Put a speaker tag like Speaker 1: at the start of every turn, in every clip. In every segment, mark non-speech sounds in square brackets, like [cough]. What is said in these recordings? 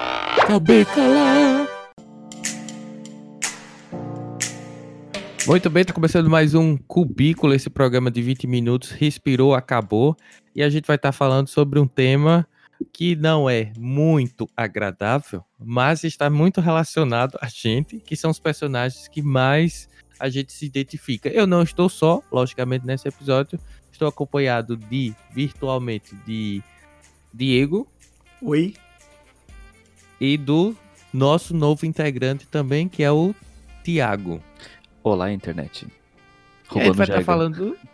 Speaker 1: Acabei calar. Muito bem, tá começando mais um Cubículo, esse programa de 20 minutos, respirou, acabou. E a gente vai estar falando sobre um tema que não é muito agradável, mas está muito relacionado a gente, que são os personagens que mais a gente se identifica. Eu não estou só, logicamente, nesse episódio. Estou acompanhado de, virtualmente, de Diego
Speaker 2: Oi.
Speaker 1: e do nosso novo integrante também, que é o Tiago.
Speaker 3: Olá, internet.
Speaker 1: E a gente É, vai
Speaker 3: jargão.
Speaker 1: estar falando. [laughs]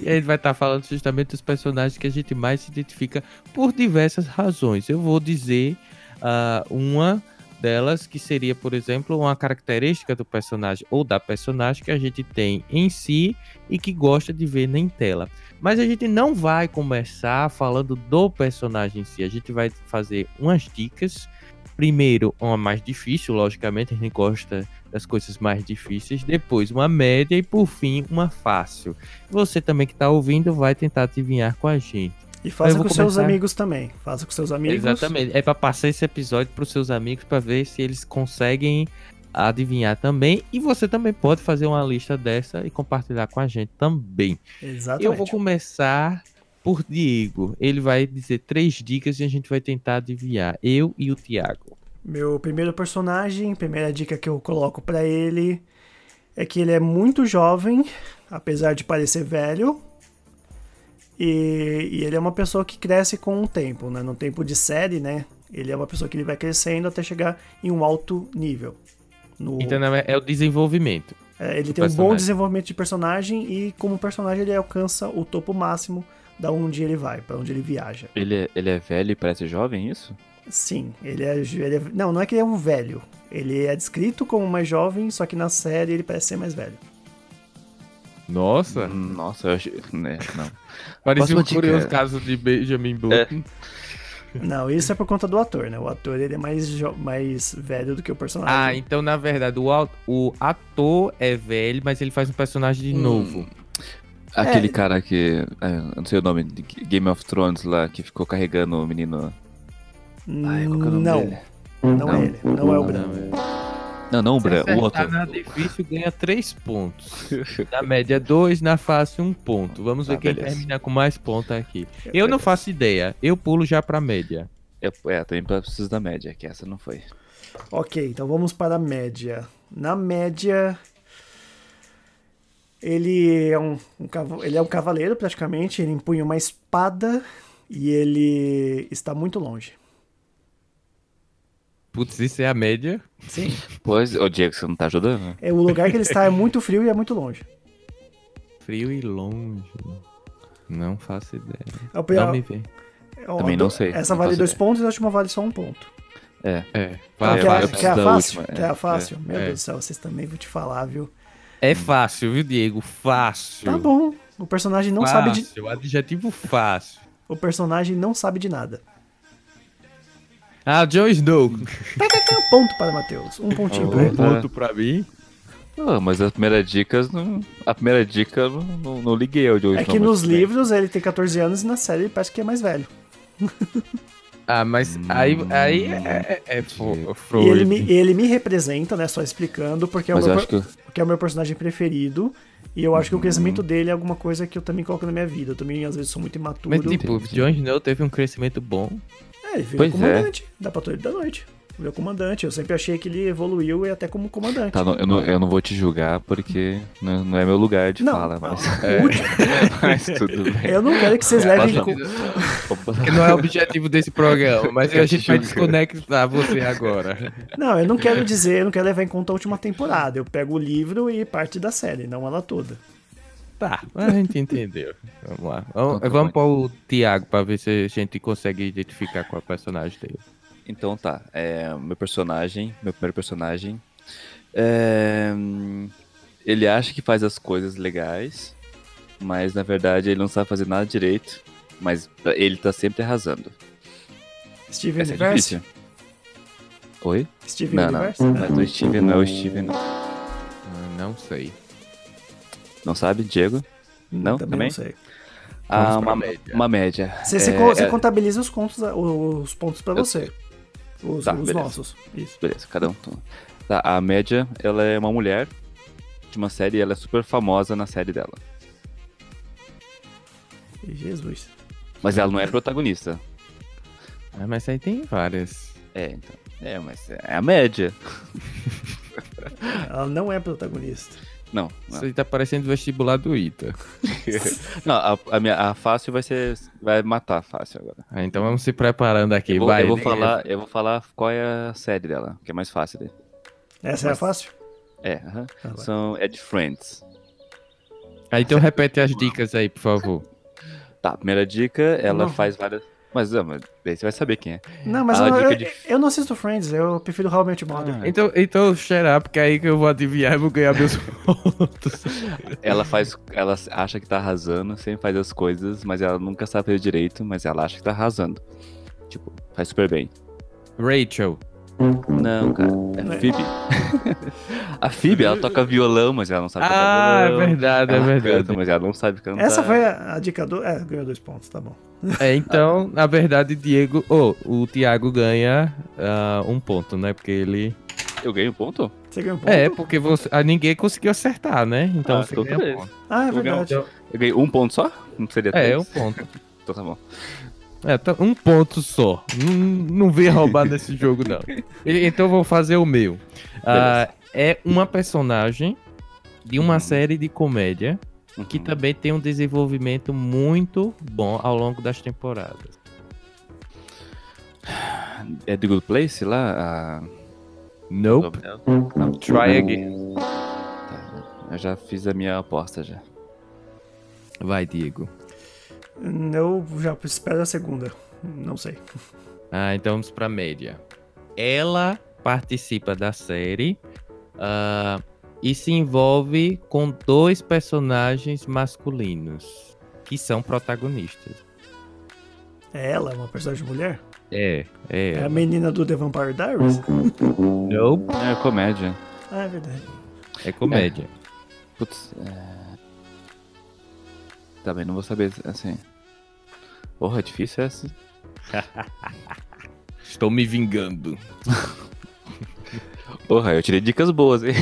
Speaker 1: e a gente vai estar falando justamente dos personagens que a gente mais se identifica por diversas razões. Eu vou dizer ah, uma delas que seria, por exemplo, uma característica do personagem ou da personagem que a gente tem em si e que gosta de ver na em tela. Mas a gente não vai começar falando do personagem em si. A gente vai fazer umas dicas. Primeiro, uma mais difícil, logicamente, a gente gosta das coisas mais difíceis, depois uma média e por fim uma fácil. Você também que está ouvindo vai tentar adivinhar com a gente.
Speaker 2: E faça
Speaker 1: Eu
Speaker 2: com
Speaker 1: vou
Speaker 2: seus
Speaker 1: começar.
Speaker 2: amigos também. Faça com seus amigos.
Speaker 1: Exatamente. É para passar esse episódio para os seus amigos para ver se eles conseguem adivinhar também. E você também pode fazer uma lista dessa e compartilhar com a gente também.
Speaker 2: Exatamente.
Speaker 1: Eu vou começar por Diego. Ele vai dizer três dicas e a gente vai tentar adivinhar. Eu e o Tiago.
Speaker 2: Meu primeiro personagem, primeira dica que eu coloco pra ele é que ele é muito jovem, apesar de parecer velho. E, e ele é uma pessoa que cresce com o tempo, né? No tempo de série, né? Ele é uma pessoa que ele vai crescendo até chegar em um alto nível. No,
Speaker 1: Então não é é o desenvolvimento.
Speaker 2: É, ele
Speaker 1: do
Speaker 2: tem um bom
Speaker 1: personagem.
Speaker 2: desenvolvimento de personagem e como personagem ele alcança o topo máximo da onde ele vai, pra onde ele viaja.
Speaker 3: Ele, é- ele é velho e parece jovem, é isso?
Speaker 2: Sim, ele é, ju- ele é- Não, não é que ele é um velho. Ele é descrito como mais jovem, só que na série ele parece ser mais
Speaker 3: [laughs]
Speaker 2: velho.
Speaker 1: Nossa,
Speaker 3: Hum, Nossa, eu achei. né, não.
Speaker 1: parecia um
Speaker 3: próxima dica.
Speaker 1: curioso caso de Benjamin Button.
Speaker 2: Não, isso é por conta do ator, né? O ator ele é mais, jo- mais velho do que o personagem.
Speaker 1: Ah, então na verdade o, au- o ator é velho, mas ele faz um personagem de
Speaker 3: Hum.
Speaker 1: novo.
Speaker 3: [laughs] Aquele cara que. é, eu não sei o nome, de G- Game of Thrones lá, que ficou carregando o menino. Ai, qual que é o nome
Speaker 2: não,
Speaker 3: dele?
Speaker 2: não,
Speaker 3: Não.
Speaker 2: é ele. Não é o Bran.
Speaker 3: Não, não o
Speaker 1: Se
Speaker 3: Bran,
Speaker 1: acertar
Speaker 3: o outro.
Speaker 1: na difícil ganha 3 pontos. Na média 2, na fácil 1 um ponto. Vamos ver
Speaker 2: Ah,
Speaker 3: Tá,
Speaker 1: quem
Speaker 3: beleza.
Speaker 1: termina com mais pontos aqui. Eu não faço ideia, eu pulo já pra média.
Speaker 3: Eu- é, também preciso da média, que essa não foi.
Speaker 2: Ok, então vamos para a média. Na média, ele é um, um cava- ele é um cavaleiro praticamente. Ele empunha uma espada e ele está muito longe.
Speaker 1: Putz, isso é a média?
Speaker 2: Sim.
Speaker 3: Pois, ô Diego, você não tá ajudando?
Speaker 2: É, o lugar que ele está é muito frio e é muito longe.
Speaker 1: Frio e longe. Não faço ideia.
Speaker 2: É o pior-
Speaker 1: Não me vem.
Speaker 2: é o-
Speaker 3: também não sei,
Speaker 2: Essa
Speaker 3: não
Speaker 2: vale
Speaker 3: faço
Speaker 2: dois
Speaker 3: ideia.
Speaker 2: pontos e a última vale só um ponto.
Speaker 3: É.
Speaker 1: É,
Speaker 3: Ah,
Speaker 1: vai,
Speaker 2: que,
Speaker 3: vai,
Speaker 2: é,
Speaker 1: vai.
Speaker 2: que
Speaker 3: eu
Speaker 2: é
Speaker 3: preciso
Speaker 2: a
Speaker 3: da
Speaker 2: fácil?
Speaker 3: última,
Speaker 2: que
Speaker 3: é,
Speaker 2: é a fácil? Meu
Speaker 1: é.
Speaker 2: Deus do céu, vocês também vão te falar, viu?
Speaker 1: É fácil, viu, Diego? Fácil.
Speaker 2: Tá bom. O personagem
Speaker 3: Ah.
Speaker 2: não sabe de.
Speaker 1: Fácil, adjetivo fácil.
Speaker 2: O personagem não sabe de nada.
Speaker 1: Ah, Jon Snow.
Speaker 2: Um ponto para Matheus. Um pontinho
Speaker 3: Oh.
Speaker 2: para ele.
Speaker 1: Um ponto pra mim.
Speaker 3: Ah, mas as primeiras dicas não. A primeira dica eu não, não, não liguei ao de hoje.
Speaker 2: É que nos livros ele tem 14 anos e na série ele parece que é mais velho.
Speaker 1: Ah, mas
Speaker 3: Hum,
Speaker 1: aí, aí é, é, é fo-
Speaker 2: E ele me,
Speaker 1: Freud.
Speaker 2: ele me representa, né? Só explicando, porque é, o
Speaker 3: Mas eu
Speaker 2: meu,
Speaker 3: acho
Speaker 2: per-
Speaker 3: que. Uhum. eu-
Speaker 2: porque é o meu personagem preferido. E eu acho que o crescimento dele é alguma coisa que eu também coloco na minha vida. Eu também, às vezes, sou muito imaturo.
Speaker 1: Mas tipo, Jon Snow teve um crescimento bom.
Speaker 2: É, ele virou
Speaker 3: Pois
Speaker 2: comandante da Patrulha da Noite. Virou comandante. Eu sempre achei que ele evoluiu e até como comandante.
Speaker 3: Tá, não- eu, não, eu não vou te julgar porque não, não é meu lugar de
Speaker 2: Não,
Speaker 3: fala, mas, [laughs] é.
Speaker 2: O último-
Speaker 3: mas tudo bem.
Speaker 2: Eu não quero que vocês levem. em
Speaker 3: [laughs] Passa-
Speaker 2: co-
Speaker 3: Opa.
Speaker 1: Que não é o objetivo desse programa, mas a gente vai desconectar você agora.
Speaker 2: Não, eu não quero dizer, eu não quero levar em conta a última temporada. Eu pego o livro e parte da série, não ela toda.
Speaker 1: Tá, mas a gente entendeu. Vamos lá. Vamos,
Speaker 3: Então tá
Speaker 1: vamos
Speaker 3: bom.
Speaker 1: pôr o Tiago pra ver se a gente consegue identificar qual é o personagem dele.
Speaker 3: Então tá, é, meu personagem, meu primeiro personagem, é, hum, ele acha que faz as coisas legais, mas na verdade ele não sabe fazer nada direito, mas pra- ele tá sempre arrasando.
Speaker 2: Steven
Speaker 3: Essa é
Speaker 2: Universe?
Speaker 3: difícil. Oi?
Speaker 2: Steven
Speaker 3: Não, não,
Speaker 2: Universe? né?
Speaker 3: mas o Steven não é o Steven, não.
Speaker 1: Ah, Não sei.
Speaker 3: Não sabe, Diego? Não,
Speaker 2: não
Speaker 3: também?
Speaker 2: sei.
Speaker 1: Vamos
Speaker 3: Ah,
Speaker 1: pra
Speaker 3: uma
Speaker 1: média.
Speaker 3: uma média.
Speaker 2: Você, você
Speaker 3: É,
Speaker 2: co- você
Speaker 3: é-
Speaker 2: contabiliza os, contos, os pontos pra
Speaker 3: Eu-
Speaker 2: você. Os,
Speaker 3: Tá,
Speaker 2: os
Speaker 3: beleza.
Speaker 2: nossos. Isso.
Speaker 3: Beleza, cada um. toma. Tá, a média, ela é uma mulher de uma série e ela é super famosa na série dela.
Speaker 2: Jesus.
Speaker 3: Mas ela não é protagonista.
Speaker 1: Ah, mas aí tem várias.
Speaker 3: É, então. É, mas é a média.
Speaker 2: Ela não é protagonista.
Speaker 3: Não.
Speaker 1: Isso aí tá parecendo vestibular do Ita.
Speaker 3: Não, a, a minha, a fácil vai ser. Vai matar a fácil agora.
Speaker 1: Ah, então vamos se preparando aqui.
Speaker 3: Eu vou,
Speaker 1: vai.
Speaker 3: eu vou
Speaker 1: né?
Speaker 3: falar, eu vou falar qual é a série dela, que é mais fácil. Daí.
Speaker 2: Essa é fácil?
Speaker 3: É, aham.
Speaker 1: Tá
Speaker 2: Ah, vai.
Speaker 3: São, é de Friends.
Speaker 1: Aí então repete as dicas aí, por favor.
Speaker 3: Tá, primeira dica, ela
Speaker 2: Não.
Speaker 3: faz várias. Mas, não, mas daí você vai saber quem é.
Speaker 2: Não, mas
Speaker 3: Ah,
Speaker 2: eu,
Speaker 3: dica
Speaker 2: eu,
Speaker 3: de-
Speaker 2: eu não assisto Friends, eu prefiro How I Met Your Mother.
Speaker 3: Ah.
Speaker 1: Então, então shut up, que aí que eu vou adivinhar e vou ganhar meus pontos.
Speaker 3: Ela faz. Ela acha que tá arrasando, sempre faz as coisas, mas ela nunca sabe fazer direito, mas ela acha que tá arrasando. Tipo, faz super bem.
Speaker 1: Rachel.
Speaker 3: Não, cara.
Speaker 2: Não
Speaker 3: É
Speaker 2: é.
Speaker 3: a Phoebe. [laughs] a Phoebe, ela toca violão, mas ela não sabe tocar
Speaker 1: Ah, é
Speaker 3: violão.
Speaker 1: verdade, é
Speaker 3: Ela
Speaker 1: verdade.
Speaker 3: Canta, mas ela não sabe cantar.
Speaker 2: Essa foi a, a dica do. É, ganhou dois pontos, tá bom.
Speaker 1: É, então, na verdade, Diego, ou o Thiago ganha ah, um ponto, né? Porque ele.
Speaker 3: Eu ganhei um ponto?
Speaker 2: Você ganhou um ponto?
Speaker 1: É, porque você, ah, ninguém conseguiu acertar, né? Então
Speaker 3: Ah,
Speaker 1: você
Speaker 3: então
Speaker 1: ganha um
Speaker 3: beleza.
Speaker 1: ponto.
Speaker 2: Ah, é
Speaker 3: Eu ganhei um
Speaker 2: verdade.
Speaker 3: Eu ganhei um ponto só? Não seria
Speaker 1: É, um
Speaker 3: três?
Speaker 1: ponto.
Speaker 3: Então tá bom.
Speaker 1: É, tá- um ponto só. Não, não vem roubar nesse jogo, não. E- Então eu vou fazer o meu. Ah, é uma personagem de uma
Speaker 3: Uhum.
Speaker 1: série de comédia que
Speaker 3: Uhum.
Speaker 1: também tem um desenvolvimento muito bom ao longo das temporadas.
Speaker 3: É The Good Place lá? Ah, A...
Speaker 1: Nope. Uhum.
Speaker 3: Não.
Speaker 1: Try again.
Speaker 3: Eu já fiz a minha aposta já.
Speaker 1: Vai, Diego.
Speaker 2: Eu já espero a segunda. Não sei.
Speaker 1: Ah, então vamos pra média. Ela participa da série ah, e se envolve com dois personagens masculinos que são protagonistas.
Speaker 2: É ela, uma personagem mulher?
Speaker 1: É,
Speaker 2: É,
Speaker 1: é.
Speaker 2: a menina do The Vampire Diaries?
Speaker 1: Nope.
Speaker 3: É comédia.
Speaker 2: Ah, é verdade.
Speaker 1: É comédia.
Speaker 3: Putz. É... Também não vou saber assim. Porra, é difícil essa.
Speaker 1: É. Estou me vingando.
Speaker 3: Porra, eu tirei dicas boas, hein?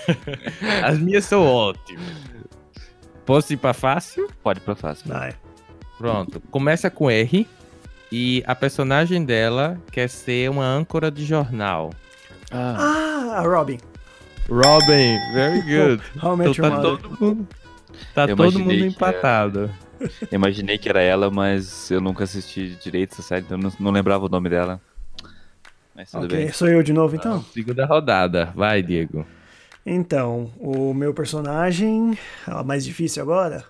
Speaker 3: [laughs]
Speaker 1: As minhas são ótimas. Posso ir pra fácil?
Speaker 3: Pode ir pra fácil.
Speaker 2: Ah, é.
Speaker 1: Pronto. Começa com R e a personagem dela quer ser uma âncora de jornal.
Speaker 3: Ah,
Speaker 2: ah a Robin.
Speaker 1: Robin, [laughs] very good.
Speaker 2: How I Met
Speaker 1: Então tá
Speaker 2: Your Mother.
Speaker 1: todo mundo. Tá
Speaker 3: Eu
Speaker 1: todo
Speaker 3: imaginei
Speaker 1: mundo
Speaker 3: que
Speaker 1: empatado.
Speaker 3: eu imaginei que era ela, mas eu nunca assisti direito essa série, então eu não, não lembrava o nome dela. Mas tudo
Speaker 2: Ok,
Speaker 3: bem.
Speaker 2: sou eu de novo então?
Speaker 1: Segunda rodada. Vai, Diego.
Speaker 2: Então, o meu personagem. A mais difícil agora.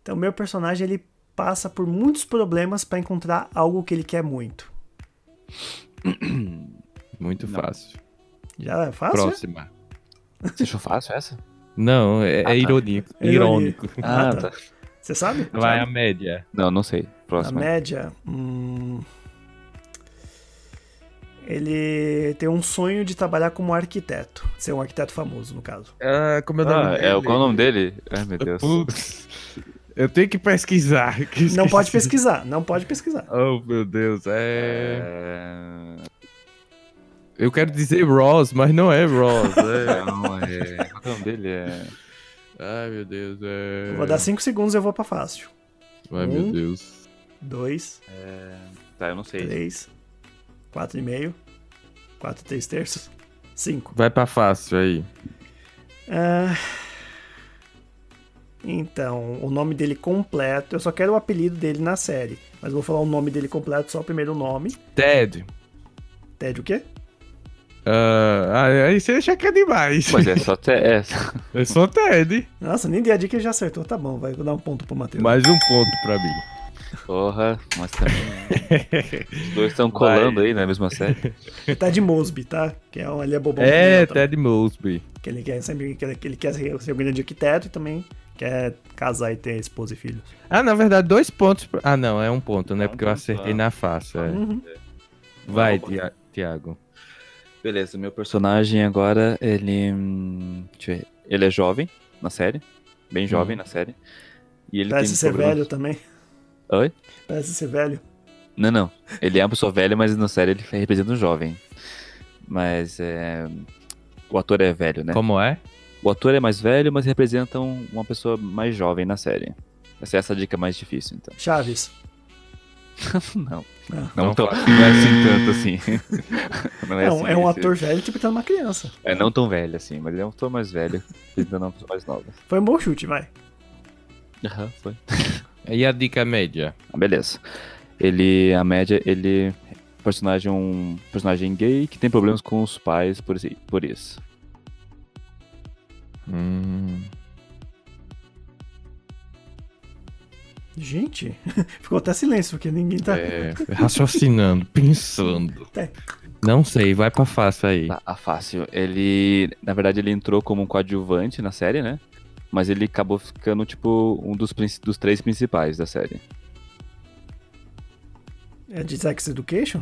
Speaker 2: Então, o meu personagem ele passa por muitos problemas pra encontrar algo que ele quer muito.
Speaker 1: Muito
Speaker 3: Não.
Speaker 1: fácil.
Speaker 2: Já é fácil?
Speaker 1: Próxima.
Speaker 3: Você achou fácil essa?
Speaker 1: Não, é,
Speaker 3: tá.
Speaker 1: é irônico.
Speaker 2: Ironia.
Speaker 1: Irônico.
Speaker 2: Ah, tá. Você sabe?
Speaker 1: [laughs] Vai a média.
Speaker 3: Não, não sei.
Speaker 2: A
Speaker 3: Próximo.
Speaker 2: média. hum, ele tem um sonho de trabalhar como arquiteto. Ser um arquiteto famoso, no caso.
Speaker 1: Ah, como
Speaker 3: Ah, é, qual é o nome dele? Ai, meu Deus.
Speaker 1: Putz. Eu tenho que pesquisar. [laughs] que
Speaker 2: Não pode
Speaker 1: esqueci.
Speaker 2: pesquisar, não pode pesquisar.
Speaker 1: Oh, meu Deus. É...
Speaker 3: É...
Speaker 1: Eu quero dizer Ross, mas não é Ross. é.
Speaker 3: Não, é... Qual que é o nome dele? É...
Speaker 1: Ai, meu Deus. É...
Speaker 2: Vou dar 5 segundos e eu vou pra fácil.
Speaker 1: Ai, meu
Speaker 2: um.
Speaker 1: Deus.
Speaker 2: 2,
Speaker 3: Tá, eu não sei.
Speaker 2: 3, 4 e meio, 4 3 terços, 5.
Speaker 1: Vai pra fácil aí.
Speaker 2: Ah, Então, o nome dele completo, eu só quero o apelido dele na série, mas vou falar o nome dele completo, só o primeiro nome.
Speaker 1: Ted.
Speaker 2: Ted o quê?
Speaker 1: Ah, aí você acha que é demais.
Speaker 3: Mas é só até. É...
Speaker 1: Eu sou Ted.
Speaker 2: Nossa, nem dei a dica e já acertou. Tá bom, vai, vou dar um ponto pro Matheus.
Speaker 1: Mais um ponto pra mim.
Speaker 3: Porra, mas também. Os dois estão colando aí na mesma série.
Speaker 2: Tá de Mosby, tá? Que é um, ele é bobão.
Speaker 1: É,
Speaker 2: que nem eu,
Speaker 1: Ted Mosby.
Speaker 2: tá? Que ele quer, sempre, que ele, que ele quer ser, ser um grande arquiteto e também quer casar e ter esposa e filhos.
Speaker 1: Ah, na verdade, dois pontos. pra- Ah, não, é um ponto, né?
Speaker 3: É um
Speaker 1: Porque eu
Speaker 3: ponto,
Speaker 1: acertei
Speaker 3: é.
Speaker 1: na faixa. é.
Speaker 2: Uhum.
Speaker 1: Vai,
Speaker 3: Não,
Speaker 1: Tia- Tiago.
Speaker 3: Beleza, meu personagem agora, ele. hum, Deixa eu ver. Ele é jovem na série. Bem jovem na série. E ele
Speaker 2: Parece
Speaker 3: tem
Speaker 2: ser [laughs] tá?
Speaker 3: problemas-
Speaker 2: velho também.
Speaker 3: Oi?
Speaker 2: Parece ser velho.
Speaker 3: Não, não. Ele é uma pessoa velha, mas na série ele representa um jovem. Mas é... o ator é velho, né?
Speaker 1: Como é?
Speaker 3: O ator é mais velho, mas representa um- uma pessoa mais jovem na série. Essa é essa dica mais difícil, então.
Speaker 2: Chaves.
Speaker 3: Não.
Speaker 2: Ah.
Speaker 3: Não,
Speaker 1: Não
Speaker 3: tão, não é assim
Speaker 2: [laughs]
Speaker 3: tanto assim. Não
Speaker 2: Não,
Speaker 3: assim,
Speaker 2: é um
Speaker 3: esse-
Speaker 2: ator velho interpretando uma criança.
Speaker 3: É não tão velho assim, mas ele é um ator mais velho, representando uma pessoa mais nova.
Speaker 2: Foi um bom chute, vai.
Speaker 3: Aham, foi.
Speaker 1: E a dica média?
Speaker 3: Ah, Beleza. Ele, a média, ele é personagem um personagem gay que tem problemas com os pais por, esse- por isso.
Speaker 1: Hum,
Speaker 2: Gente, [laughs] ficou até silêncio, porque ninguém tá.
Speaker 1: é, raciocinando, pensando.
Speaker 2: Tá.
Speaker 1: Não sei, vai pra fácil aí.
Speaker 3: Tá, a fácil. Ele, na verdade, ele entrou como um coadjuvante na série, né? Mas ele acabou ficando tipo um dos, princi- dos três principais da série.
Speaker 2: É de Sex Education?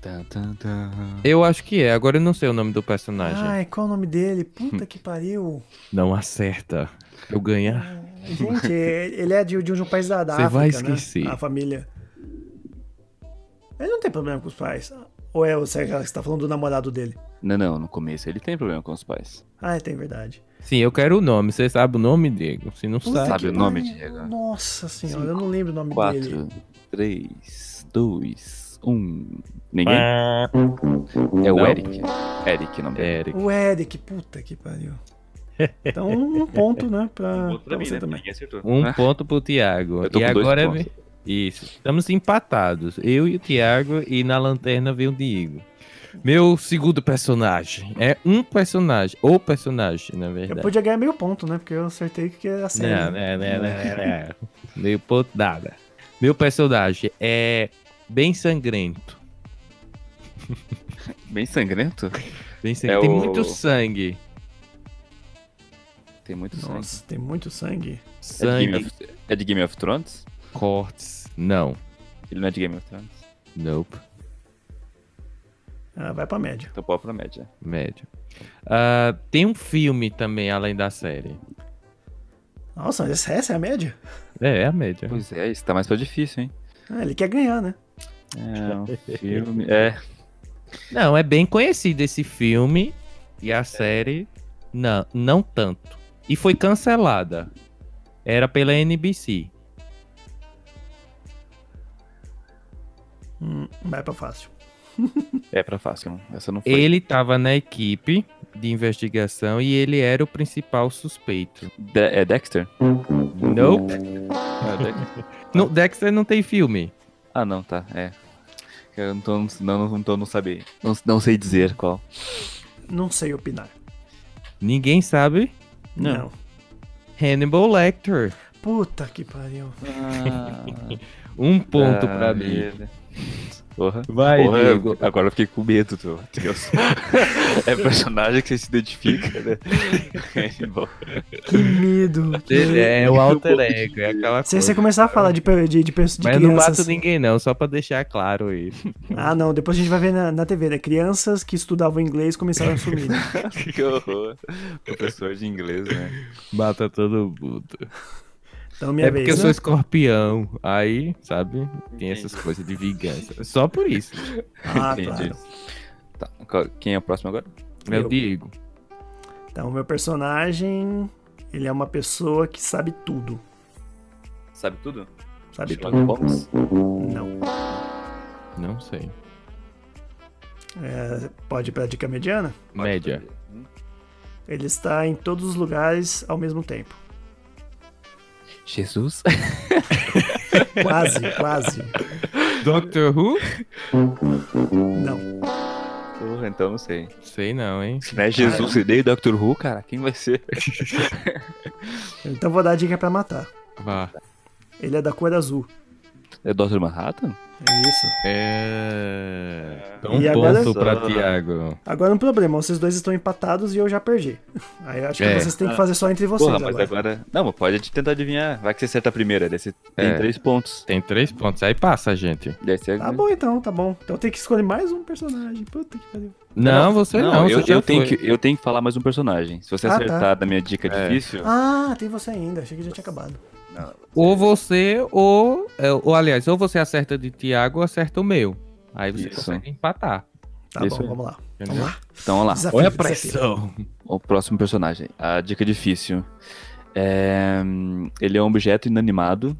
Speaker 1: Tá,
Speaker 3: Tan, tan, tan.
Speaker 1: Eu acho que é, agora eu não sei o nome do personagem.
Speaker 2: Ai, qual o nome
Speaker 1: [laughs]
Speaker 2: dele? Puta que pariu.
Speaker 1: Não acerta. Eu ganhar.
Speaker 2: Gente, ele é de, de um país da, da
Speaker 1: Você
Speaker 2: África,
Speaker 1: vai
Speaker 2: né?
Speaker 1: esquecer.
Speaker 2: A família. Ele não tem problema com os pais. Ou é o Sérgio que você tá falando do namorado dele?
Speaker 3: Não, não, no começo ele tem problema com os pais.
Speaker 2: Ah, tem verdade.
Speaker 1: Sim, eu quero o nome. Você sabe o nome, Diego? Se não
Speaker 2: Puta
Speaker 1: sabe.
Speaker 3: Sabe
Speaker 2: que
Speaker 3: o nome,
Speaker 2: pariu.
Speaker 3: Diego?
Speaker 2: Nossa senhora, eu não lembro o nome dele.
Speaker 3: 4, 3, 2, 1. Ninguém? É
Speaker 1: Ah,
Speaker 3: o
Speaker 1: Não.
Speaker 3: Eric. Eric, o nome dele.
Speaker 1: Eric.
Speaker 2: O Eric, puta que pariu.
Speaker 1: [laughs]
Speaker 2: Então, um ponto, né, pra, pra você também.
Speaker 3: Ninguém acertou.
Speaker 1: Um
Speaker 3: Ah,
Speaker 1: ponto pro Thiago.
Speaker 3: Eu tô
Speaker 1: E
Speaker 3: com dois
Speaker 1: agora. é
Speaker 3: pontos.
Speaker 1: vem- Isso. Estamos empatados. Eu e o Thiago, e na lanterna vem o Diego. Meu segundo personagem. É um personagem. Ou personagem, na
Speaker 2: Eu
Speaker 3: É
Speaker 1: verdade.
Speaker 2: podia ganhar meio ponto, né, porque eu acertei que era sério.
Speaker 1: Não, né? não, não, não, não. Meio ponto nada. Meu personagem é bem sangrento.
Speaker 3: Bem sangrento?
Speaker 1: Bem sangrento.
Speaker 3: É
Speaker 1: Tem
Speaker 3: o- É
Speaker 1: muito sangue.
Speaker 3: Tem muito sangue.
Speaker 2: Nossa, tem muito sangue.
Speaker 3: É de, Game
Speaker 1: Sangue,
Speaker 3: of, é de Game of Thrones?
Speaker 1: cortes. Não.
Speaker 3: Ele não é de Game of Thrones.
Speaker 1: Nope.
Speaker 2: Ah, vai pra média.
Speaker 3: Então pode pra média.
Speaker 1: Médio. Ah, tem um filme também, além da série.
Speaker 2: Nossa, mas essa essa é a média?
Speaker 1: É, é a média.
Speaker 3: Pois é, isso tá mais pra difícil, hein?
Speaker 2: Ah, ele quer ganhar, né?
Speaker 3: É um filme. É.
Speaker 1: Não, é bem conhecido esse filme. E a série, não, não tanto. E foi cancelada. Era pela NBC.
Speaker 2: Hum, vai pra fácil.
Speaker 3: É pra fácil. não. Essa não foi.
Speaker 1: Ele tava na equipe de investigação e ele era o principal suspeito.
Speaker 3: De- é Dexter?
Speaker 1: Nope.
Speaker 3: Ah, Dex-
Speaker 1: No, Dexter não tem filme.
Speaker 3: ah, não, tá. É. Eu não tô, não, não tô, não saber. Não, não sei dizer qual.
Speaker 2: Não sei opinar.
Speaker 1: Ninguém sabe.
Speaker 3: Não.
Speaker 1: Hannibal Lecter.
Speaker 2: Puta que pariu.
Speaker 1: Um ponto
Speaker 3: Ah,
Speaker 1: pra mim.
Speaker 3: merda. Porra.
Speaker 1: Vai,
Speaker 3: Porra, eu-
Speaker 1: Diego.
Speaker 3: agora eu fiquei com medo, meu Deus. é personagem que você se identifica, né? [laughs] Bom,
Speaker 2: Que medo. que-
Speaker 1: É o alter ego, é aquela
Speaker 2: Se
Speaker 1: coisa.
Speaker 2: você começar a falar de, pe- de, de, pe- de
Speaker 1: Mas eu não
Speaker 2: crianças...
Speaker 1: mato ninguém, não, só pra deixar claro isso.
Speaker 2: Ah, não. Depois a gente vai ver na, na TV, né? Crianças que estudavam inglês começaram a sumir.
Speaker 1: [laughs]
Speaker 2: né?
Speaker 3: que horror. Professor de inglês, né?
Speaker 1: Mata todo mundo.
Speaker 2: Então, minha
Speaker 1: é porque
Speaker 2: vez,
Speaker 1: eu sou
Speaker 2: né?
Speaker 1: escorpião. Aí, sabe, tem essas coisas de vingança. Só por isso.
Speaker 2: Ah,
Speaker 3: Entendi.
Speaker 2: claro.
Speaker 3: Tá, qual- quem é o próximo agora?
Speaker 1: Eu
Speaker 2: Eu.
Speaker 1: digo.
Speaker 2: Então, o meu personagem... Ele é uma pessoa que sabe tudo.
Speaker 3: Sabe tudo?
Speaker 2: Sabe
Speaker 3: Sherlock
Speaker 2: tudo.
Speaker 3: Holmes?
Speaker 2: Não.
Speaker 1: Não sei.
Speaker 2: É, pode ir pra dica mediana?
Speaker 3: Pode
Speaker 1: Média.
Speaker 3: fazer. Hum.
Speaker 2: Ele está em todos os lugares ao mesmo tempo.
Speaker 3: Jesus?
Speaker 2: Quase, quase.
Speaker 1: Doctor Who?
Speaker 2: Não.
Speaker 3: Porra, então não sei.
Speaker 1: Sei não, hein?
Speaker 3: Se não é Jesus e nem Doctor Who, cara, quem vai ser?
Speaker 2: Então vou dar a dica pra matar.
Speaker 1: Vá.
Speaker 2: Ele é da cor azul.
Speaker 3: É Dr. Manhattan?
Speaker 2: É isso.
Speaker 1: É.
Speaker 3: É.
Speaker 1: Um
Speaker 2: E agora-
Speaker 1: ponto pra Tiago.
Speaker 2: Agora não tem problema, vocês dois estão empatados e eu já perdi. [laughs] Aí eu acho que
Speaker 1: É.
Speaker 2: vocês têm que fazer só entre vocês
Speaker 3: Porra, mas
Speaker 2: agora.
Speaker 3: agora. Não, mas pode tentar adivinhar. Vai que você acerta a primeira. Daí você tem
Speaker 1: É.
Speaker 3: três pontos. é-
Speaker 1: Tem três pontos. Aí passa, gente.
Speaker 3: Daí você
Speaker 2: Tá bom então, tá bom. Então tem que escolher mais um personagem. Puta que pariu.
Speaker 1: Não, você não.
Speaker 3: eu,
Speaker 1: você
Speaker 3: eu
Speaker 1: já
Speaker 3: tenho
Speaker 1: foi.
Speaker 3: que, eu tenho que falar mais um personagem. Se você
Speaker 2: Ah,
Speaker 3: acertar da minha dica
Speaker 1: É.
Speaker 3: difícil.
Speaker 2: Ah, tem você ainda. Achei que já tinha acabado.
Speaker 3: Não, Não,
Speaker 1: Ou você, ou, é, ou aliás, ou você acerta de Tiago ou acerta o meu. Aí você
Speaker 3: Isso.
Speaker 1: consegue empatar.
Speaker 2: Tá
Speaker 3: Isso
Speaker 2: bom,
Speaker 3: aí.
Speaker 2: vamos lá.
Speaker 1: Entendeu?
Speaker 2: Vamos lá.
Speaker 3: Então, vamos lá.
Speaker 2: Desafio,
Speaker 1: Uhum. Olha a
Speaker 2: desafio.
Speaker 1: pressão.
Speaker 3: O próximo personagem. A dica difícil. É, Ele é um objeto inanimado,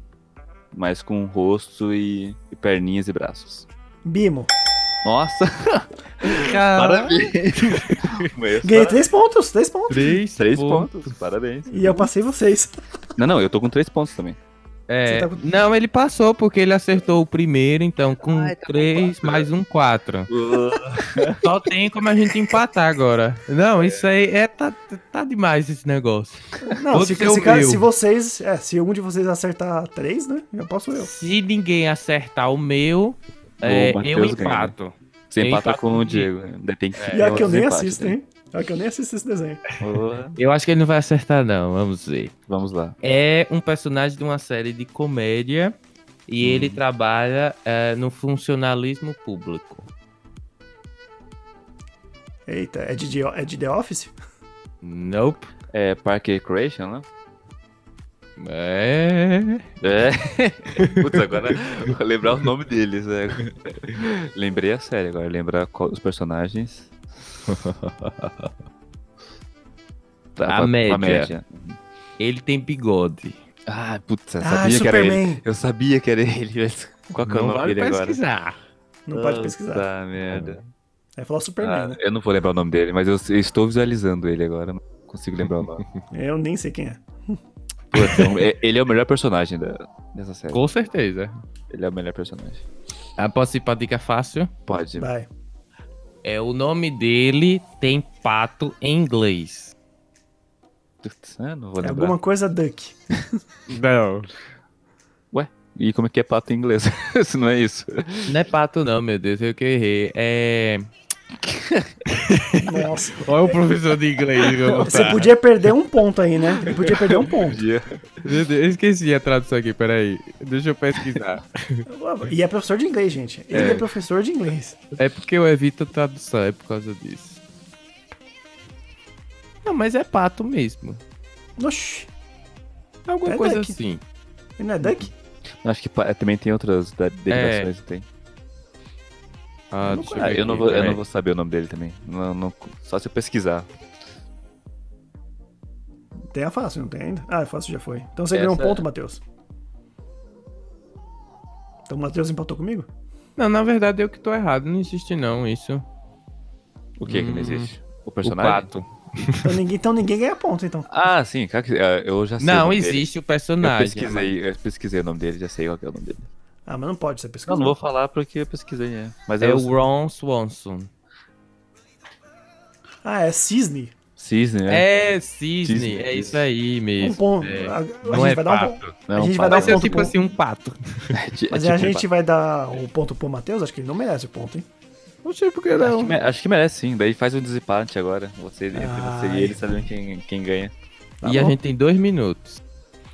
Speaker 3: mas com rosto e, e perninhas e braços.
Speaker 2: Bimo.
Speaker 3: Nossa!
Speaker 1: Cara,
Speaker 3: Parabéns!
Speaker 2: Ganhei três pontos, três pontos.
Speaker 1: três,
Speaker 3: Três
Speaker 1: pontos.
Speaker 3: pontos, parabéns.
Speaker 2: E eu passei vocês.
Speaker 3: Não, não, eu tô com três pontos também.
Speaker 1: É,
Speaker 2: Você tá com-
Speaker 1: Não, ele passou porque ele acertou o primeiro, então com
Speaker 3: Ai, tá com
Speaker 1: três
Speaker 3: quatro.
Speaker 1: mais um, quatro. Só tem como a gente empatar agora. Não, isso aí é tá, tá demais esse negócio.
Speaker 2: Não,
Speaker 1: Outro
Speaker 2: se,
Speaker 1: que eu
Speaker 2: se, cara-
Speaker 1: vi.
Speaker 2: se vocês. É, se um de vocês acertar três, né? Já posso eu.
Speaker 1: Se ninguém acertar o meu,
Speaker 3: O
Speaker 1: é, eu
Speaker 3: Matheus ganha.
Speaker 1: empato.
Speaker 3: [laughs] Você
Speaker 1: Eu
Speaker 3: empata
Speaker 1: empato
Speaker 3: com
Speaker 1: com
Speaker 3: o
Speaker 1: o
Speaker 3: Diego. Ainda tem que
Speaker 1: É,
Speaker 2: e
Speaker 1: eu
Speaker 2: a que eu nem
Speaker 3: desempate,
Speaker 2: assisto,
Speaker 3: né?
Speaker 2: hein? É A que eu nem assisto esse desenho.
Speaker 3: Boa.
Speaker 1: Eu acho que ele não vai acertar, não. Vamos ver.
Speaker 3: Vamos lá.
Speaker 1: É um personagem de uma série de comédia e
Speaker 3: Hum.
Speaker 1: ele trabalha é, no funcionalismo público.
Speaker 2: Eita, é de, The- é de The Office?
Speaker 1: Nope.
Speaker 3: É Park Recreation, né?
Speaker 1: É.
Speaker 3: É. [laughs] Putz, agora vou lembrar o nome deles, né? [laughs] Lembrei a série agora, lembrar qual- os [laughs] personagens. Tá,
Speaker 1: A
Speaker 3: pra- pra
Speaker 1: média. Ele tem bigode.
Speaker 3: Ah, putz, eu
Speaker 2: Ah,
Speaker 3: sabia que era ele.
Speaker 2: Superman.
Speaker 3: Eu sabia que era ele, mas qual que é o
Speaker 1: não
Speaker 3: nome
Speaker 1: vale
Speaker 3: dele agora?
Speaker 1: pesquisar.
Speaker 2: Não pode pesquisar.
Speaker 3: Tá, merda.
Speaker 2: Vai falar
Speaker 3: Ah,
Speaker 2: Superman, né?
Speaker 3: eu não vou lembrar o nome dele, mas eu, eu estou visualizando ele agora. Não consigo lembrar o nome.
Speaker 2: Eu nem sei quem é.
Speaker 3: Putz, é um- é- ele é o melhor personagem da, dessa série.
Speaker 1: Com certeza.
Speaker 3: Ele é o melhor personagem.
Speaker 1: Ah, posso ir pra dica fácil?
Speaker 3: Pode.
Speaker 2: Vai.
Speaker 1: É, o nome dele tem pato em inglês.
Speaker 3: Putz, ah, não vou
Speaker 2: É
Speaker 3: lembrar.
Speaker 2: alguma coisa Duck.
Speaker 1: Não.
Speaker 3: E como é que é pato em inglês? [laughs] Se não é isso.
Speaker 1: Não é pato não, meu Deus, eu que errei. É...
Speaker 2: [laughs] Nossa.
Speaker 1: Olha o professor de inglês. como
Speaker 2: Você
Speaker 1: tá.
Speaker 2: podia perder um ponto aí, né? Ele podia perder um
Speaker 3: [laughs]
Speaker 2: ponto.
Speaker 1: Meu Deus, eu esqueci a tradução aqui, peraí. Deixa eu pesquisar.
Speaker 2: E é professor de inglês, gente. Ele é, professor de inglês.
Speaker 1: é porque eu evito tradução, é por causa disso. Não, mas é pato mesmo.
Speaker 2: Oxi.
Speaker 1: Alguma
Speaker 2: É
Speaker 1: coisa
Speaker 2: daqui.
Speaker 1: assim.
Speaker 2: Ele não é Duck?
Speaker 3: Acho que pa- também tem outras da- derivações que tem.
Speaker 1: Ah,
Speaker 2: Eu não
Speaker 1: deixa
Speaker 3: Ah,
Speaker 1: ver
Speaker 3: eu, não
Speaker 1: aqui,
Speaker 3: vou, eu
Speaker 1: peraí.
Speaker 3: não vou saber o nome dele também. Não- não- só se eu pesquisar.
Speaker 2: Tem a fácil, não tem ainda? Ah, a fácil já foi. Então você ganhou um
Speaker 3: Essa é.
Speaker 2: ponto, Matheus. Então o Matheus empatou comigo?
Speaker 1: Não, na verdade eu que tô errado, não existe não isso.
Speaker 3: O que que
Speaker 1: Hum.
Speaker 3: não existe? O
Speaker 1: O
Speaker 3: personagem?
Speaker 1: pato.
Speaker 2: Então ninguém, então ninguém ganha ponto, então.
Speaker 3: Ah, sim. claro que- ah, Eu já sei. o
Speaker 1: Não
Speaker 3: nome dele.
Speaker 1: existe o
Speaker 3: Eu
Speaker 1: personagem.
Speaker 3: pesquisei, eu pesquisei o nome dele, já sei qual que é o nome dele.
Speaker 2: Ah, mas não pode ser
Speaker 3: Não,
Speaker 2: pesquisa.
Speaker 3: não vou falar porque eu pesquisei, é. Mas
Speaker 1: É
Speaker 3: eu
Speaker 1: o Ron Swanson.
Speaker 2: Ah, é Cisne.
Speaker 3: Cisne, [laughs] né?
Speaker 1: É, cisne,
Speaker 3: Cisne,
Speaker 1: é
Speaker 3: isso.
Speaker 1: isso aí
Speaker 2: Um
Speaker 1: mesmo.
Speaker 2: ponto.
Speaker 1: é.
Speaker 2: A, a gente
Speaker 1: Não é
Speaker 2: vai dar um
Speaker 1: pato.
Speaker 2: ponto.
Speaker 3: Não,
Speaker 2: a gente
Speaker 3: pá,
Speaker 2: vai dar
Speaker 1: Mas
Speaker 2: um
Speaker 1: é
Speaker 2: ponto
Speaker 1: tipo
Speaker 2: pro-
Speaker 1: assim, um pato.
Speaker 3: é ti- é
Speaker 2: Mas
Speaker 3: tipo
Speaker 2: a
Speaker 3: um
Speaker 2: gente
Speaker 3: pato.
Speaker 2: vai dar o ponto pro Matheus? Acho que ele não merece o ponto, hein?
Speaker 1: Não sei por que
Speaker 3: Acho que, me- acho que merece sim, daí faz um desempate agora. Você, entre você
Speaker 2: Ai.
Speaker 3: e ele sabendo quem, quem ganha.
Speaker 2: Tá
Speaker 1: e a
Speaker 2: bom.
Speaker 1: gente tem dois minutos.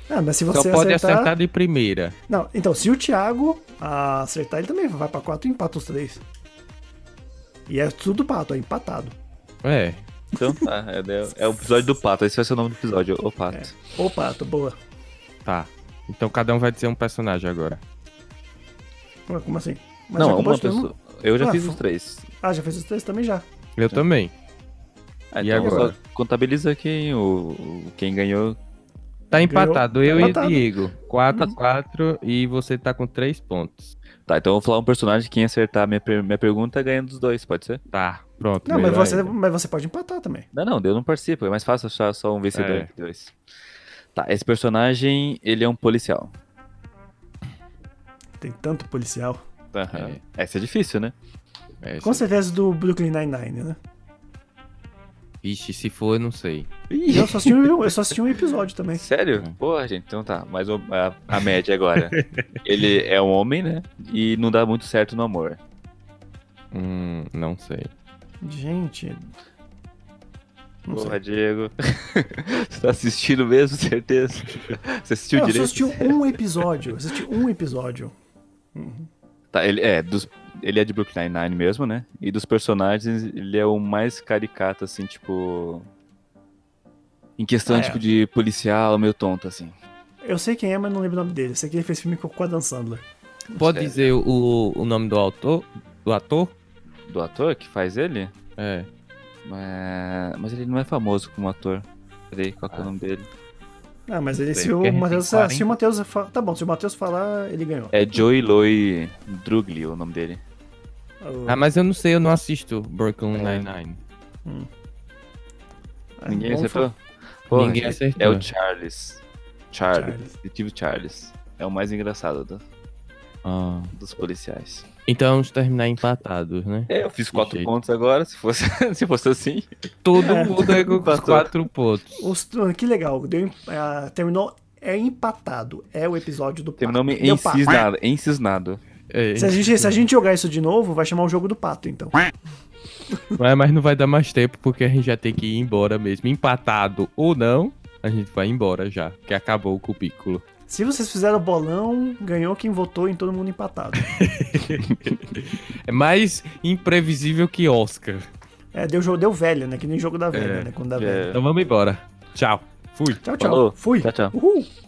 Speaker 2: Ah, mas se
Speaker 1: Só
Speaker 2: você
Speaker 1: pode
Speaker 2: acertar...
Speaker 1: acertar de primeira.
Speaker 2: Não, então, se o Thiago ah, acertar, ele também vai pra 4 e empata os três. E é tudo pato, é empatado.
Speaker 1: É.
Speaker 3: Então tá, é, é o episódio do pato, esse vai ser o nome do episódio, o pato.
Speaker 2: Ô, pato, boa.
Speaker 1: Tá. Então cada um vai dizer um personagem agora.
Speaker 2: Ué, Como assim? Mas
Speaker 3: Não,
Speaker 2: já
Speaker 3: é
Speaker 2: acabou
Speaker 3: uma
Speaker 2: de todo mundo?
Speaker 3: pessoa. Eu já
Speaker 2: Ah,
Speaker 3: fiz
Speaker 2: fu-
Speaker 3: os três.
Speaker 2: Ah, já fez os três também já.
Speaker 1: Eu também.
Speaker 3: Ah,
Speaker 1: E
Speaker 3: então
Speaker 1: agora?
Speaker 3: só contabiliza quem, o, o- quem ganhou.
Speaker 1: Tá
Speaker 2: Ganhou.
Speaker 1: empatado, eu
Speaker 2: Tá
Speaker 1: e
Speaker 2: empatado. Uhum.
Speaker 1: o Diego. 4 4 e você tá com 3 pontos.
Speaker 3: Tá, então eu vou falar um personagem, quem acertar a minha, per- minha pergunta ganha dos dois, pode ser?
Speaker 1: Tá, pronto.
Speaker 2: Não, mas
Speaker 1: melhor
Speaker 2: você,
Speaker 1: ainda.
Speaker 2: mas você pode empatar também.
Speaker 3: Não, não, eu não participo, é mais fácil achar só um vencedor
Speaker 1: É.
Speaker 3: entre dois. Tá, esse personagem, ele é um policial.
Speaker 2: Tem tanto policial.
Speaker 3: Aham. Essa é difícil, né?
Speaker 1: É,
Speaker 2: Com
Speaker 1: se-
Speaker 2: certeza do Brooklyn Nine-Nine, né?
Speaker 1: Vixe, se for, eu não sei.
Speaker 2: E eu só assisti um, eu só assisti um episódio também.
Speaker 3: Sério?
Speaker 2: É.
Speaker 3: Porra, gente, então tá. Mas o- a, a média agora. ele é um homem, né? E não dá muito certo no amor.
Speaker 1: Hum, não sei.
Speaker 2: Gente. Não sei.
Speaker 3: Porra, Diego. [laughs] Você tá assistindo mesmo, certeza? Você assistiu
Speaker 2: Não, eu só
Speaker 3: direito?
Speaker 2: assisti um episódio. Eu assisti um episódio.
Speaker 3: Tá, ele é, dos, ele é de Brooklyn Nine-Nine mesmo, né? E dos personagens, ele é o mais caricato, assim, tipo. Em questão,
Speaker 2: Ah, é.
Speaker 3: tipo, de policial, meio tonto, assim.
Speaker 2: Eu sei quem é, mas não lembro o nome dele. Eu sei que ele fez filme com o Adam Sandler.
Speaker 1: Pode
Speaker 3: É.
Speaker 1: dizer o, o nome do autor? Do ator?
Speaker 3: Do ator que faz ele?
Speaker 1: É.
Speaker 3: É, Mas ele não é famoso como ator. Peraí, qual que é o nome dele?
Speaker 2: Ah, mas ele,
Speaker 1: Sei,
Speaker 2: se o
Speaker 1: porque ele tem
Speaker 2: Matheus.
Speaker 1: 40.
Speaker 2: Se o Matheus falar. Tá bom, se o Matheus falar, ele ganhou.
Speaker 3: É Joey Loy Drugli o nome dele.
Speaker 2: O-
Speaker 1: Ah, mas eu não sei, eu não assisto Brooklyn Nine-Nine.
Speaker 2: ah, tá.
Speaker 3: Ninguém
Speaker 2: vamos
Speaker 3: acertou?
Speaker 2: falar-
Speaker 3: Pô,
Speaker 1: Ninguém
Speaker 3: gente,
Speaker 1: acertou.
Speaker 3: É o Charles. Charles.
Speaker 2: Charles.
Speaker 3: Detetive Charles. É o mais engraçado do-
Speaker 1: Ah.
Speaker 3: dos policiais.
Speaker 1: Então vamos terminar empatados, né?
Speaker 3: É, eu fiz
Speaker 1: Que
Speaker 3: quatro
Speaker 1: jeito.
Speaker 3: pontos agora, se fosse, [laughs] se fosse assim.
Speaker 1: Todo mundo [laughs] é com os
Speaker 3: Empatou.
Speaker 1: quatro pontos.
Speaker 2: Os- ah, que legal. Deu, em- ah, terminou. É empatado. É o episódio do pato.
Speaker 3: Tem o nome
Speaker 2: Deu pato.
Speaker 3: encisnado. encisnado.
Speaker 1: É,
Speaker 2: Se a, gente, se a gente jogar isso de novo, vai chamar o jogo do pato, então.
Speaker 1: mas- mas não vai dar mais tempo, porque a gente já tem que ir embora mesmo. Empatado ou não, a gente vai embora já, que acabou o cubículo.
Speaker 2: Se vocês fizeram bolão, ganhou quem votou em todo mundo empatado.
Speaker 1: É mais imprevisível que Oscar.
Speaker 2: É, deu, jogo- deu velha, né? Que nem jogo da velha, né? Quando dá
Speaker 3: É.
Speaker 2: velha.
Speaker 1: Então vamos embora. Tchau. Fui.
Speaker 2: Tchau, tchau.
Speaker 3: Falou.
Speaker 2: Fui.
Speaker 3: Tchau, tchau.
Speaker 2: Uhul.